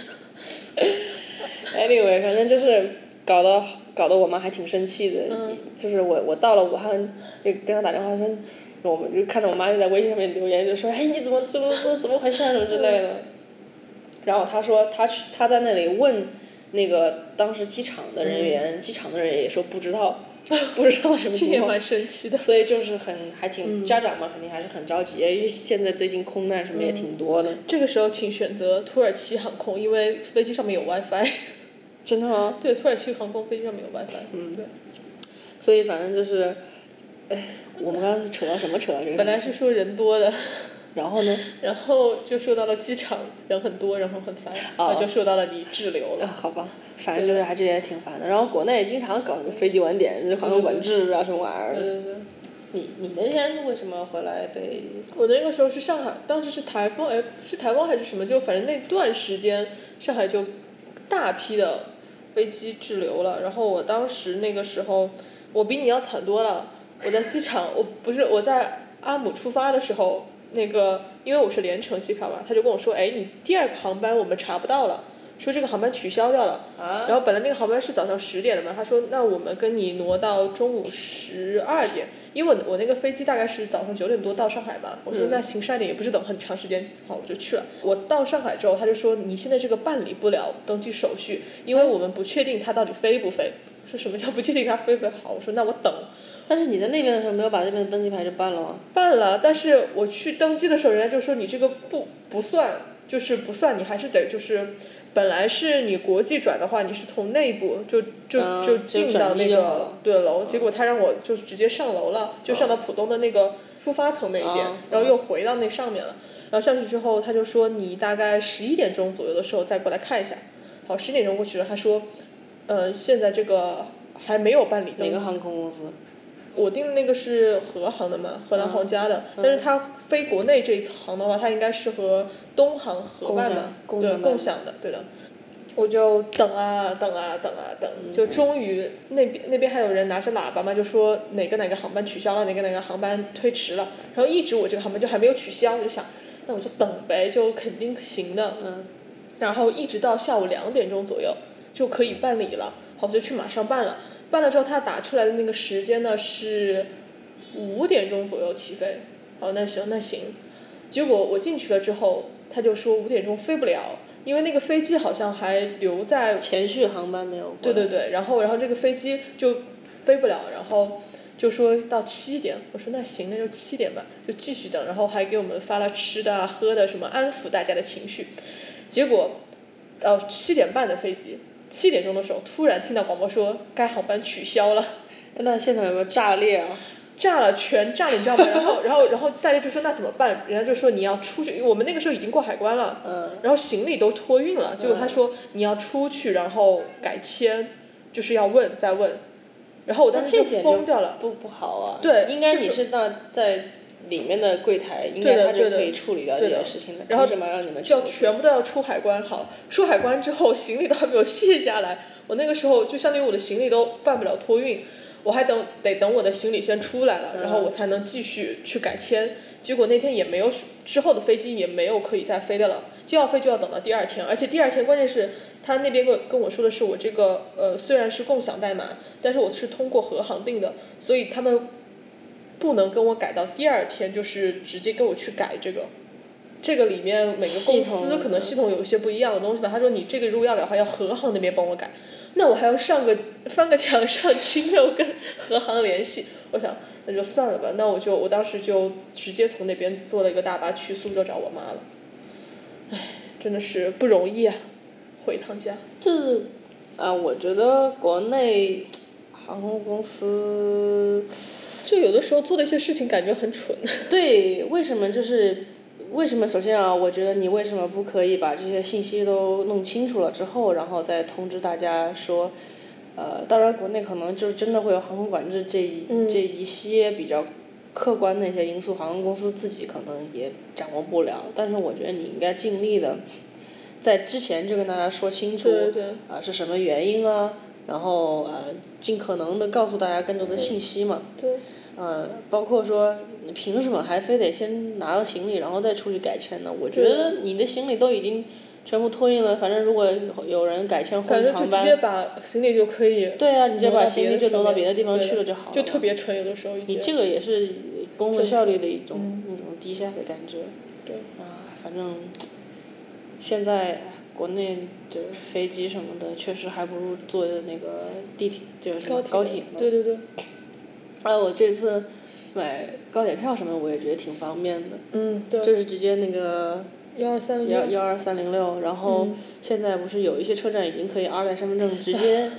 B: anyway，反正就是搞得搞得我妈还挺生气的，
A: 嗯
B: 就是我我到了武汉，就跟她打电话说，我们就看到我妈就在微信上面留言，就说哎你怎么怎么怎么怎么回事啊什么之类的。然后她说她去她在那里问那个当时机场的人员，机场的人也说不知道， 不知道什么
A: 这
B: 情
A: 也
B: 况。
A: 蛮神奇的。
B: 所以就是很还挺家长嘛，肯定还是很着急，因为现在最近空难什么也挺多的。
A: 这个时候请选择土耳其航空，因为飞机上面有 WiFi。
B: 真的吗？
A: 对，土耳其航空飞机上面有 WiFi。嗯，对。
B: 所以反正就是，哎，我们刚刚是扯到什么扯到这
A: 本
B: 个？
A: 来是说人多的，
B: 然后呢？
A: 然后就说到了机场人很多，然后很烦，
B: 哦
A: 那就说到了你滞留
B: 啊，
A: 了。
B: 好吧，反正就是还这也挺烦的。然后国内也经常搞什么飞机晚点、航空管制啊什么玩意
A: 对
B: 儿。
A: 对对。
B: 你你那天为什么回来被？
A: 我那个时候是上海，当时是台风，哎，是台风还是什么？就反正那段时间，上海就大批的飞机滞留了。然后我当时那个时候，我比你要惨多了。我在机场，我不是我在阿姆出发的时候，那个因为我是连程机票嘛，他就跟我说，哎，你第二个航班我们查不到了，说这个航班取消掉了。
B: 啊？
A: 然后本来那个航班是早上十点的嘛，他说那我们跟你挪到中午十二点，因为我我那个飞机大概是早上九点多到上海嘛，我说
B: 嗯
A: 那行十二点也不是等很长时间，好我就去了。我到上海之后，他就说你现在这个办理不了登记手续，因为我们不确定他到底飞不飞。我说什么叫不确定他飞不飞？好，我说那我等。
B: 但是你在那边的时候没有把这边的登机牌就办了吗？
A: 办了，但是我去登记的时候，人家就说你这个不不算，就是不算，你还是得就是，本来是你国际转的话，你是从内部就就
B: 啊
A: 就
B: 就
A: 进
B: 转
A: 到
B: 机
A: 那
B: 就好
A: 个
B: 了
A: 对楼，结果他让我就直接上楼了，就上到浦东的那个出发层那一边
B: 啊，
A: 然后又回到那上面了。然后上去之后，他就说你大概十一点钟左右的时候再过来看一下。好，十点钟过去了，他说，呃，现在这个还没有办理登
B: 哪
A: 记
B: 个。航空公司？
A: 我订的那个是荷航的嘛，荷兰皇家的，
B: 嗯
A: 但是它飞国内这一航的话，它应该是和东航合办的，
B: 共享
A: 对，
B: 共享的
A: 共享的，对的。我就等啊等啊等啊等，就终于那边那边还有人拿着喇叭嘛，就说哪个哪个航班取消了，哪个哪个航班推迟了，然后一直我这个航班就还没有取消，我就想，那我就等呗，就肯定行的。
B: 嗯。
A: 然后一直到下午两点钟左右就可以办理了，好，我就去马上办了。办了之后，他打出来的那个时间呢是五点钟左右起飞。好，那行那行，结果我进去了之后，他就说五点钟飞不了，因为那个飞机好像还留在
B: 前续航班没有过来。
A: 对对对，然后然后这个飞机就飞不了，然后就说到七点，我说那行，那就七点吧，就继续等，然后还给我们发了吃的啊、喝的什么，安抚大家的情绪。结果，呃，七点半的飞机，七点钟的时候突然听到广播说该航班取消了。
B: 那现场有没有炸裂啊？
A: 炸了，全炸了，你知道吗？然后，然后，然 后大家就说那怎么办？人家就说你要出去，因为我们那个时候已经过海关了，
B: 嗯，
A: 然后行李都托运了，结果他说你要出去，然后改签，就是要问再问，然后我当时就
B: 那这点就
A: 疯掉了。
B: 不不好啊。
A: 对
B: 应该
A: 就是
B: 你是那在里面的柜台，应
A: 对
B: 该
A: 的
B: 他就
A: 对的
B: 可以处理掉这
A: 对的
B: 件事情的。
A: 然后
B: 凭什么让你们
A: 就要
B: 去
A: 全部都要出海关，好，出海关之后行李都还没有卸下来，我那个时候就相当于我的行李都办不了托运，我还等得等我的行李先出来了，然后我才能继续去改签。结果那天也没有之后的飞机也没有可以再飞的了，就要飞就要等到第二天，而且第二天关键是他那边跟我跟我说的是我这个呃虽然是共享代码，但是我是通过和航订的，所以他们不能跟我改到第二天，就是直接跟我去改这个。这个里面每个公
B: 系
A: 司
B: 统
A: 可能系统有一些不一样的东西吧。他说你这个如果要改的话，要和航那边帮我改。那我还要上个翻个墙上 Gmail 跟和航联系。我想那就算了吧，那我就我当时就直接从那边坐了一个大巴去苏州找我妈了。唉，真的是不容易啊，回一趟家。
B: 就是，啊、我觉得国内航空公司
A: 就有的时候做的一些事情感觉很蠢。
B: 对为什么就是为什么？首先啊，我觉得你为什么不可以把这些信息都弄清楚了之后，然后再通知大家说？呃，当然，国内可能就是真的会有航空管制这一、
A: 嗯
B: 这一些比较客观的一些因素，航空公司自己可能也掌握不了。但是我觉得你应该尽力的，在之前就跟大家说清楚，
A: 对对。
B: 啊、是什么原因啊，然后呃尽可能的告诉大家更多的信息嘛。
A: 对。
B: 呃，包括说你凭什么还非得先拿到行李，然后再出去改签呢？我觉得你的行李都已经全部托运了，反正如果有人改签
A: 感
B: 换
A: 觉就
B: 航
A: 直
B: 班，
A: 接把行李就可以，
B: 对啊，你就
A: 挪到
B: 把
A: 别
B: 行李
A: 的
B: 就
A: 上
B: 挪到
A: 面
B: 别的地方
A: 对
B: 去了就好了嘛。
A: 就特别蠢，有的时候一
B: 你
A: 些。
B: 这个也是工作
A: 政策嗯
B: 效率的一种一种低下的感觉。
A: 对。
B: 啊，反正现在国内的飞机什么的，确实还不如坐那个地铁，就是什么高铁嘛。
A: 对对对，
B: 啊，我这次买高铁票什么，我也觉得挺方便的，
A: 嗯，对，
B: 就是直接那个
A: 幺二三零嗯
B: 幺幺二三零六，然后现在不是有一些车站已经可以二代身份证直接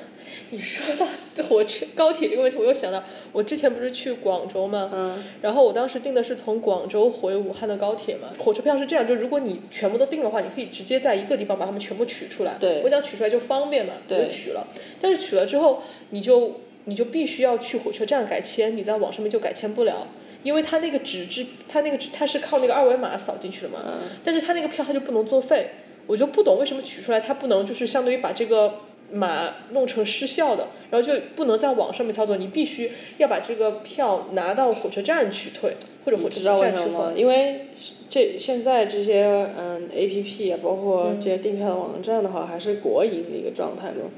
A: 你说到火车高铁这个问题，我又想到，我之前不是去广州嘛，
B: 嗯
A: 然后我当时订的是从广州回武汉的高铁嘛，火车票是这样，就如果你全部都订的话，你可以直接在一个地方把它们全部取出来。
B: 对
A: 我想取出来就方便嘛，我就
B: 对
A: 取了。但是取了之后，你就你就必须要去火车站改签，你在网上面就改签不了，因为它那个纸质，它那个纸它是靠那个二维码扫进去的嘛，
B: 嗯
A: 但是它那个票它就不能作废，我就不懂为什么取出来它不能就是相当于把这个码弄成失效的，然后就不能在网上面操作，你必须要把这个票拿到火车站去退，或者火
B: 你
A: 车
B: 知道为
A: 站
B: 什
A: 去
B: 么吗
A: 换。？
B: 因为这现在这些嗯 A P P 啊，包括
A: 嗯
B: 这些订票的网站的话，还是国营的一个状态嘛，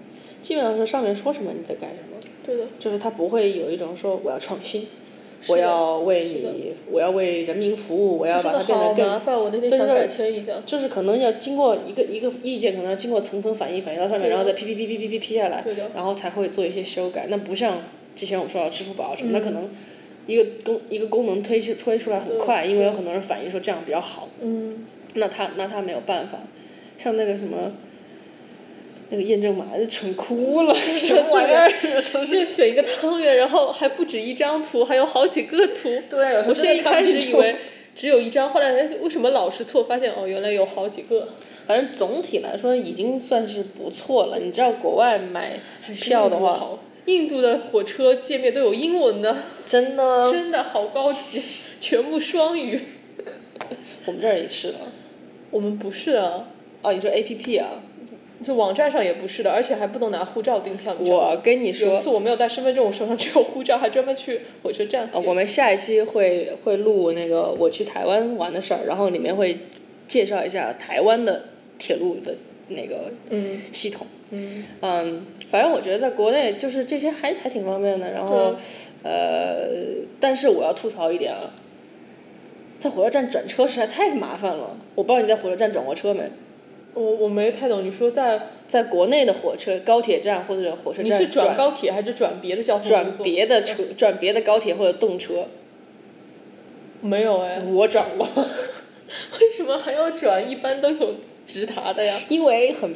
B: 基本上是上面说什么你再改什么，
A: 对的，
B: 就是它不会有一种说我要创新，
A: 是
B: 我
A: 的
B: 要为
A: 是的
B: 你，我要为人民服务，我要把它
A: 这
B: 变得
A: 个好
B: 更
A: 麻烦，我那天
B: 对
A: 想
B: 对
A: 改签一下。
B: 就是可能要经过一个一个意见，可能要经过层层反映，反映到上面，
A: 对的
B: 然后再批批批批批批批下来
A: 对的，
B: 然后才会做一些修改。那不像之前我们说到支付宝啊什么，它可能一个功一个功能推出推出来很快，因为有很多人反映说这样比较好，
A: 嗯，
B: 那他那他没有办法。像那个什么，那个验证码就蠢哭了，什么玩意儿？
A: 就选一个汤圆，然后还不止一张图，还有好几个图。
B: 对
A: 我
B: 现在
A: 先一开始以为只有一张，后来哎为什么老是错？发现哦，原来有好几个。
B: 反正总体来说已经算是不错了。你知道国外买票的话，，
A: 印度的火车界面都有英文的，
B: 真的
A: 真的好高级， 全部双语。
B: 我们这儿也是的。
A: 我们不是啊，
B: 哦，你说 A P P 啊？
A: 就网站上也不是的，而且还不能拿护照订票。你知道吗
B: 我跟你
A: 有一
B: 说，
A: 次我没有带身份证，我手上只有护照，还专门去火车站。
B: 呃我们下一期会会录那个我去台湾玩的事儿，然后里面会介绍一下台湾的铁路的那个
A: 嗯
B: 系统。
A: 嗯，
B: 嗯，反正我觉得在国内就是这些还还挺方便的。然后，呃，但是我要吐槽一点啊，在火车站转车实在太麻烦了。我不知道你在火车站转过车没？
A: 我我没太懂你说在
B: 在国内的火车、高铁站或者火车
A: 你
B: 站
A: 是
B: 转
A: 转高铁还是转别的交通
B: 转
A: 工具？
B: 别的车、转别的高铁或者动车，
A: 没有哎，
B: 我转过。
A: 为什么还要转？一般都有直达的呀。
B: 因为很，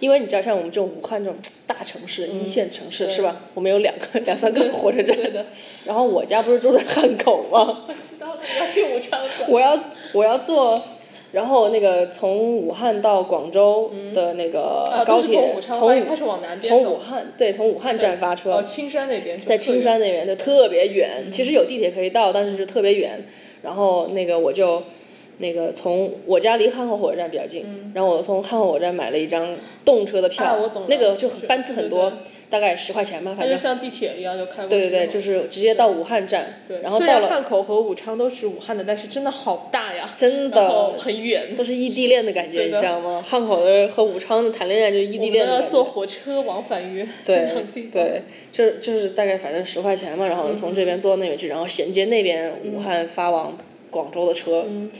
B: 因为你知道，像我们这种武汉这种大城市、一线城市
A: 嗯对
B: 是吧？我们有两 个、两三个火车站。
A: 对的，
B: 然后我家不是住在汉口 吗？
A: 然后你要去武昌 转。
B: 我要我要坐，然后那个从武汉到广州的那个
A: 啊，
B: 高
A: 都是
B: 铁，
A: 从武昌
B: 从
A: 发，它是往南边
B: 从武
A: 走，
B: 汉对，从武汉站发车，
A: 哦，青山那边，
B: 在青，山那边就特别远，
A: 嗯
B: 其实有地铁可以到，但是就特别远。然后那个我就那个从我家离汉口火车站比较近，然后我从汉口火车站买了一张动车的票，
A: 嗯啊我懂了
B: 那个就很
A: 是
B: 班次很多，大概十块钱吧，
A: 它
B: 反
A: 就
B: 正
A: 像地铁一样就开过去。
B: 对对对，就是直接到武汉站，然后
A: 虽
B: 到
A: 然
B: 哦了
A: 汉口和武昌都是武汉的，但是真的好大呀，
B: 真
A: 然后
B: 的
A: 很远。
B: 都是异地恋的感觉，
A: 对
B: 你
A: 的
B: 知道吗？汉口的和武昌的谈恋爱就是异
A: 我
B: 地
A: 们
B: 恋的
A: 要
B: 感
A: 坐
B: 觉。
A: 火车往返于这 两地
B: 对。对，就是就是大概反正十块钱嘛，然后能从这边坐到那边去，然后衔接那边武汉发往广州的车，
A: 嗯，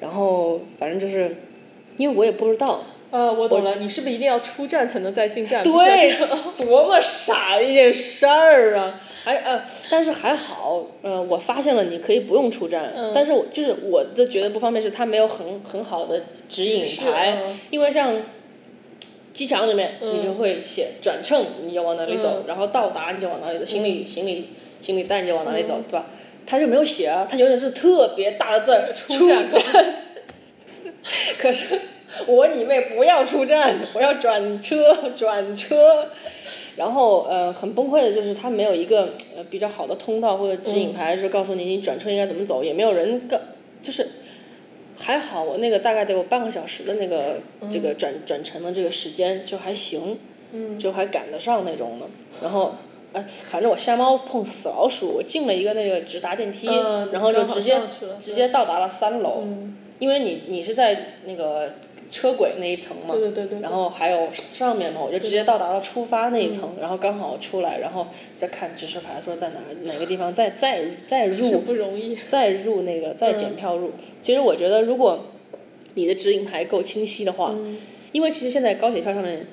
B: 然后反正就是，因为我也不知道，
A: 啊，我懂了，你是不是一定要出站才能再进站？不是这样
B: 对，多么傻的一件事儿啊！哎呃，但是还好，呃，我发现了你可以不用出站，
A: 嗯
B: 但是我就是我的觉得不方便是它没有很很好的指引
A: 是
B: 牌，
A: 嗯
B: 因为像机场里面你就
A: 嗯
B: 会写转乘，你就往哪里走，然后到达你就往哪里走，行
A: 嗯
B: 李行李行李袋你就往哪里走，对吧？它就没有写啊，它有点是特别大的字儿，
A: 出
B: 出
A: 站
B: 站 可是我你妹不要出站，我要转车转车。然后呃，很崩溃的就是它没有一个呃比较好的通道或者指引牌，说告诉你你转车应该怎么走，也没有人告，就是还好我那个大概得有半个小时的那个、
A: 嗯
B: 这个转转乘的这个时间就还行，
A: 嗯
B: 就还赶得上那种的。然后哎，反正我瞎猫碰死老鼠，我进了一个那个直达电梯，
A: 嗯
B: 然后就
A: 刚好
B: 直接
A: 上去了
B: 直接到达了三楼，
A: 嗯
B: 因为你你是在那个车轨那一层嘛，
A: 对对对对。
B: 然后还有上面嘛，我就直接到达了出发那一层，
A: 嗯
B: 然后刚好出来，然后再看指示牌说在哪哪个地方再再再
A: 是
B: 入
A: 不容易。
B: 再入那个
A: 嗯
B: 再检票入。其实我觉得，如果你的指引牌够清晰的话，
A: 嗯
B: 因为其实现在高铁票上面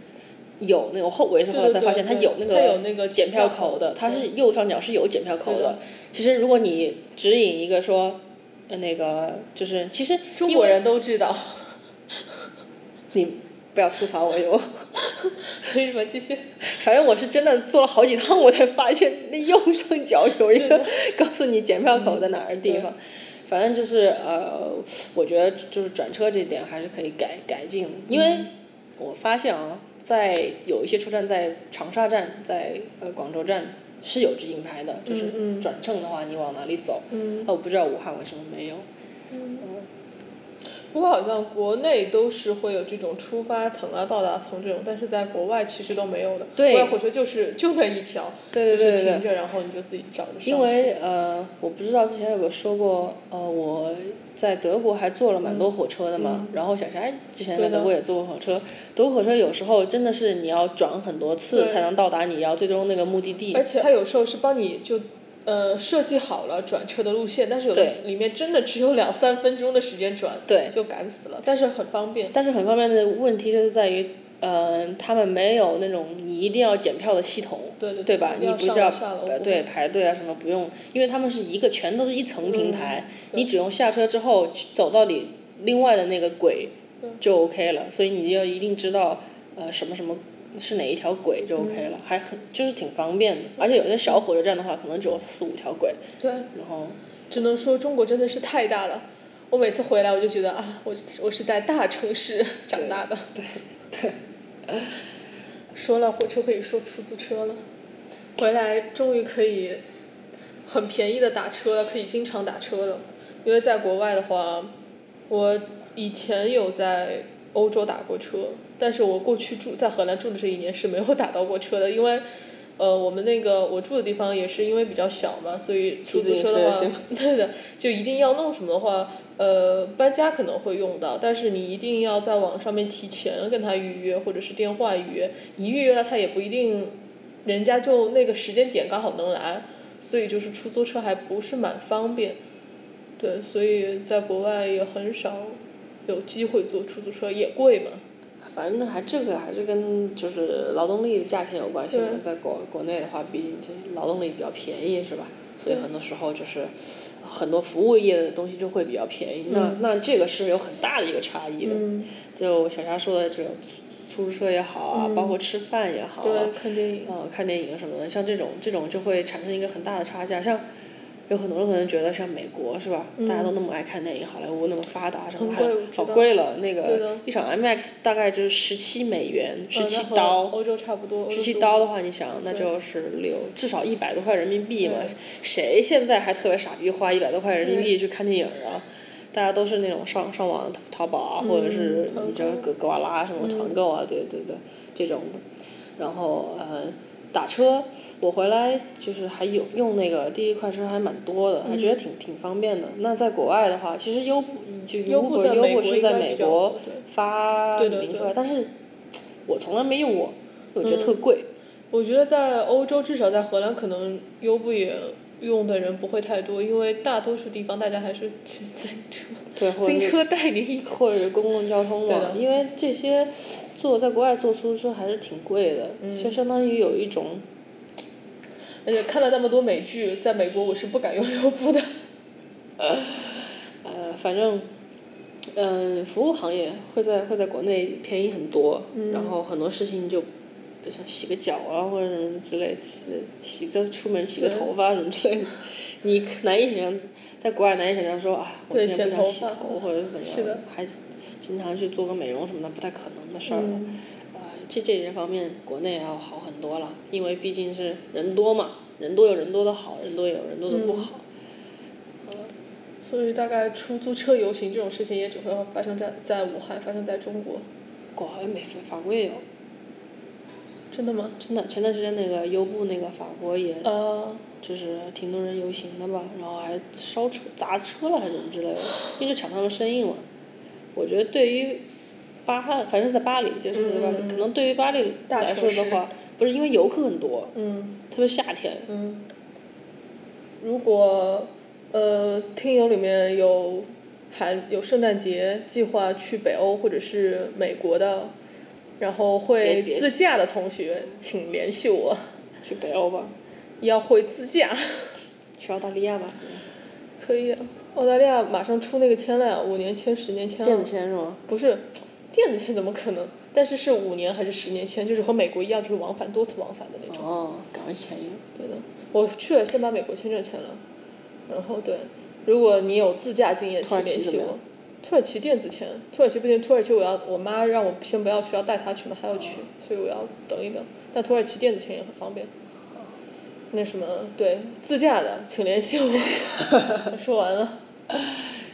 B: 有那个后，我也是后来才发现它
A: 对对对
B: 有那
A: 它有
B: 个
A: 那个
B: 检票
A: 票
B: 口
A: 口
B: 的，它是右上角是有检票口的。其实如果你指引一个说，呃那个就是其实
A: 中
B: 因
A: 国
B: 为
A: 人都知道。
B: 你不要吐槽我有。
A: 可以吗？继续。
B: 反正我是真的做了好几趟，我才发现那右上角有一个 告诉你检票口在哪儿的地方。反正就是呃，我觉得就是转车这点还是可以改改进的，因为我发现啊，在有一些车站，在长沙站、在呃广州站是有指引牌的，就是转乘的话你往哪里走。
A: 嗯。
B: 啊，我不知道武汉为什么没有。
A: 不过好像国内都是会有这种出发层啊、到达层这种，但是在国外其实都没有的。
B: 对
A: 国外火车就是就那一条，
B: 对对对对
A: 就
B: 对
A: 是停着，然后你就自己找着上去。
B: 因为呃，我不知道之前有没有说过，呃，我在德国还坐了蛮多火车的嘛。然后小霞之前在
A: 嗯对的
B: 德国也坐过火车，德国火车有时候真的是你要转很多次
A: 对
B: 才能到达你要最终那个目的地
A: 而。且它有时候是帮你就。呃，设计好了转车的路线，但是有
B: 对
A: 的里面真的只有两三分钟的时间转，
B: 对
A: 就赶死了。但是很方便，
B: 但是很方面的问题就是在于，呃，他们没有那种你一定要检票的系统。
A: 对对
B: 对吧？
A: 一定
B: 你
A: 要
B: 不是
A: 上
B: 要
A: 楼下楼，
B: 呃对排队啊什么不用，因为他们是一个全都是一层平台，你只用下车之后去走到你另外的那个轨就 OK 了，所以你要一定知道呃什么什么是哪一条轨就 OK 了，还很就是挺方便的，而且有些小火车站的话可能只有四五条轨，
A: 对，
B: 然后
A: 只能说中国真的是太大了。我每次回来我就觉得啊，我我是在大城市长大的。对对。说了火车可以说出租车了，回来终于可以很便宜的打车了，可以经常打车了。因为在国外的话，我以前有在欧洲打过车，但是我过去住在荷兰住的这一年是没有打到过车的，因为。 呃，我们那个我住的地方也是因为比较小嘛，所以出租车的话
B: 骑自行，
A: 对的，就一定要弄什么的话，呃，搬家可能会用到，但是你一定要在网上面提前跟他预约，或者是电话预约。你预约了，他也不一定，人家就那个时间点刚好能来，所以就是出租车还不是蛮方便。对，所以在国外也很少有机会坐出租车，也贵嘛。
B: 反正还这个还是跟就是劳动力的价钱有关系嘛，
A: 对
B: 在国国内的话，毕竟这劳动力比较便宜是吧？所以很多时候就是呃很多服务业的东西就会比较便宜，那那这个是有很大的一个差异的。
A: 嗯，
B: 就小霞说的这种出出租车也好啊，包括吃饭也好啊
A: 对，，看电影。
B: 呃，看电影什么的，像这种这种就会产生一个很大的差价，像。有很多人可能觉得像美国是吧？大家都那么爱看电影，好莱坞那么发达，什么
A: 嗯很
B: 还
A: 贵我知
B: 好
A: 道
B: 贵了。那
A: 对
B: 个
A: 的
B: 一场 IMAX 大概就是十七美元，嗯十
A: 呃
B: 七
A: 那和
B: 刀，
A: 欧洲差不多。
B: 十
A: 十
B: 七刀的话，你想那就是六至少一百多块人民币
A: 嗯
B: 嘛。谁现在还特别傻逼花一百多块人民币去看电影啊？大家都是那种上上网淘淘宝啊，或者是
A: 团
B: 你这个格瓦拉
A: 嗯
B: 什么团购啊，对对对，这种的。然后呃，打车我回来就是还有用那个滴滴快车还蛮多的，还觉
A: 嗯
B: 得挺挺方便的。那在国外的话，其实优步就
A: 优步
B: Uber
A: 在
B: 优
A: 美
B: 步
A: 国
B: 是
A: 应
B: 在
A: 该
B: 美
A: 比较
B: 国
A: 火对
B: 发
A: 对的
B: 明
A: 对嗯
B: 出来，但是我从来没用过，我觉得特贵。
A: 我觉得在欧洲，至少在荷兰，可能 优步也用的人不会太多，因为大多数地方大家还是骑自行车。
B: 对，或者
A: 金
B: 是
A: 车带你一起。
B: 或者是公共交通
A: 对
B: 网，因为这些做在国外做出租车还是挺贵的，
A: 嗯
B: 就相当于有一种
A: 而且看了那么多美剧，在美国我是不敢用优步的。
B: 呃，反正嗯、服务行业会在会在国内便宜很多，
A: 嗯
B: 然后很多事情就。像洗个脚啊，或者什么之类，洗洗个出门洗个
A: 对
B: 头发什么之类的，你难以想象，在国外难以想象说啊，我
A: 对
B: 今
A: 剪
B: 天不
A: 头
B: 想洗
A: 发
B: 头或者是怎么样，
A: 是的
B: 还是经常去做个美容什么的，不太可能的事儿了。
A: 嗯，
B: 呃这这些方面，国内要好很多了，因为毕竟是人多嘛，人多有人多的好，人多有人多的不好。
A: 嗯所以大概出租车游行这种事情也只会发生在在武汉，发生在中国。
B: 国好像没法国也有，
A: 真的吗？
B: 真的前段时间那个优步那个法国也
A: 啊，
B: 就是挺多人游行的吧，然后还烧车砸车了还是怎么之类的，因为就抢他们生意嘛。我觉得对于巴哈，反正是在巴黎，就是在巴黎，可能对于巴黎
A: 嗯大
B: 来
A: 城
B: 说
A: 市
B: 的话，不是因为游客很多，
A: 嗯
B: 特别夏天，
A: 嗯。如果呃，听友里面有喊有圣诞节计划去北欧或者是美国的，然后会
B: 别别
A: 自驾的同学，请联系我。
B: 去北欧吧，
A: 要会自驾。
B: 去澳大利亚吧，怎么样
A: 可以、啊，澳大利亚马上出那个签了呀，五年签、十年签
B: 电
A: 了
B: 子。签是吗？
A: 不是，电子签怎么可能？但是是五年还是十年签，就是和美国一样，就是往返多次往返的那种。
B: 哦，赶快签一个。
A: 对的，我去了，先把美国签证签了，然后对，如果你有自驾经验，
B: 土
A: 请
B: 耳其
A: 联系
B: 怎么
A: 我。土耳其电子签，土耳其不行，土耳其我要我妈让我先不要去，要带她去嘛，她要
B: 哦
A: 去，所以我要等一等。但土耳其电子签也很方便。
B: 哦
A: 那什么，对自驾的，请联系 我。说完了。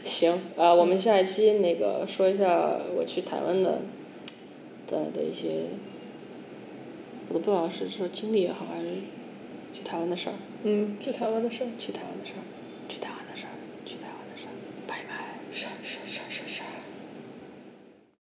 B: 行，啊，我们下一期那个说一下我去台湾的的的一些，我都不知道是说经历也好，还是去台湾的事儿，
A: 嗯，去台湾的事儿。
B: 去台湾的事儿。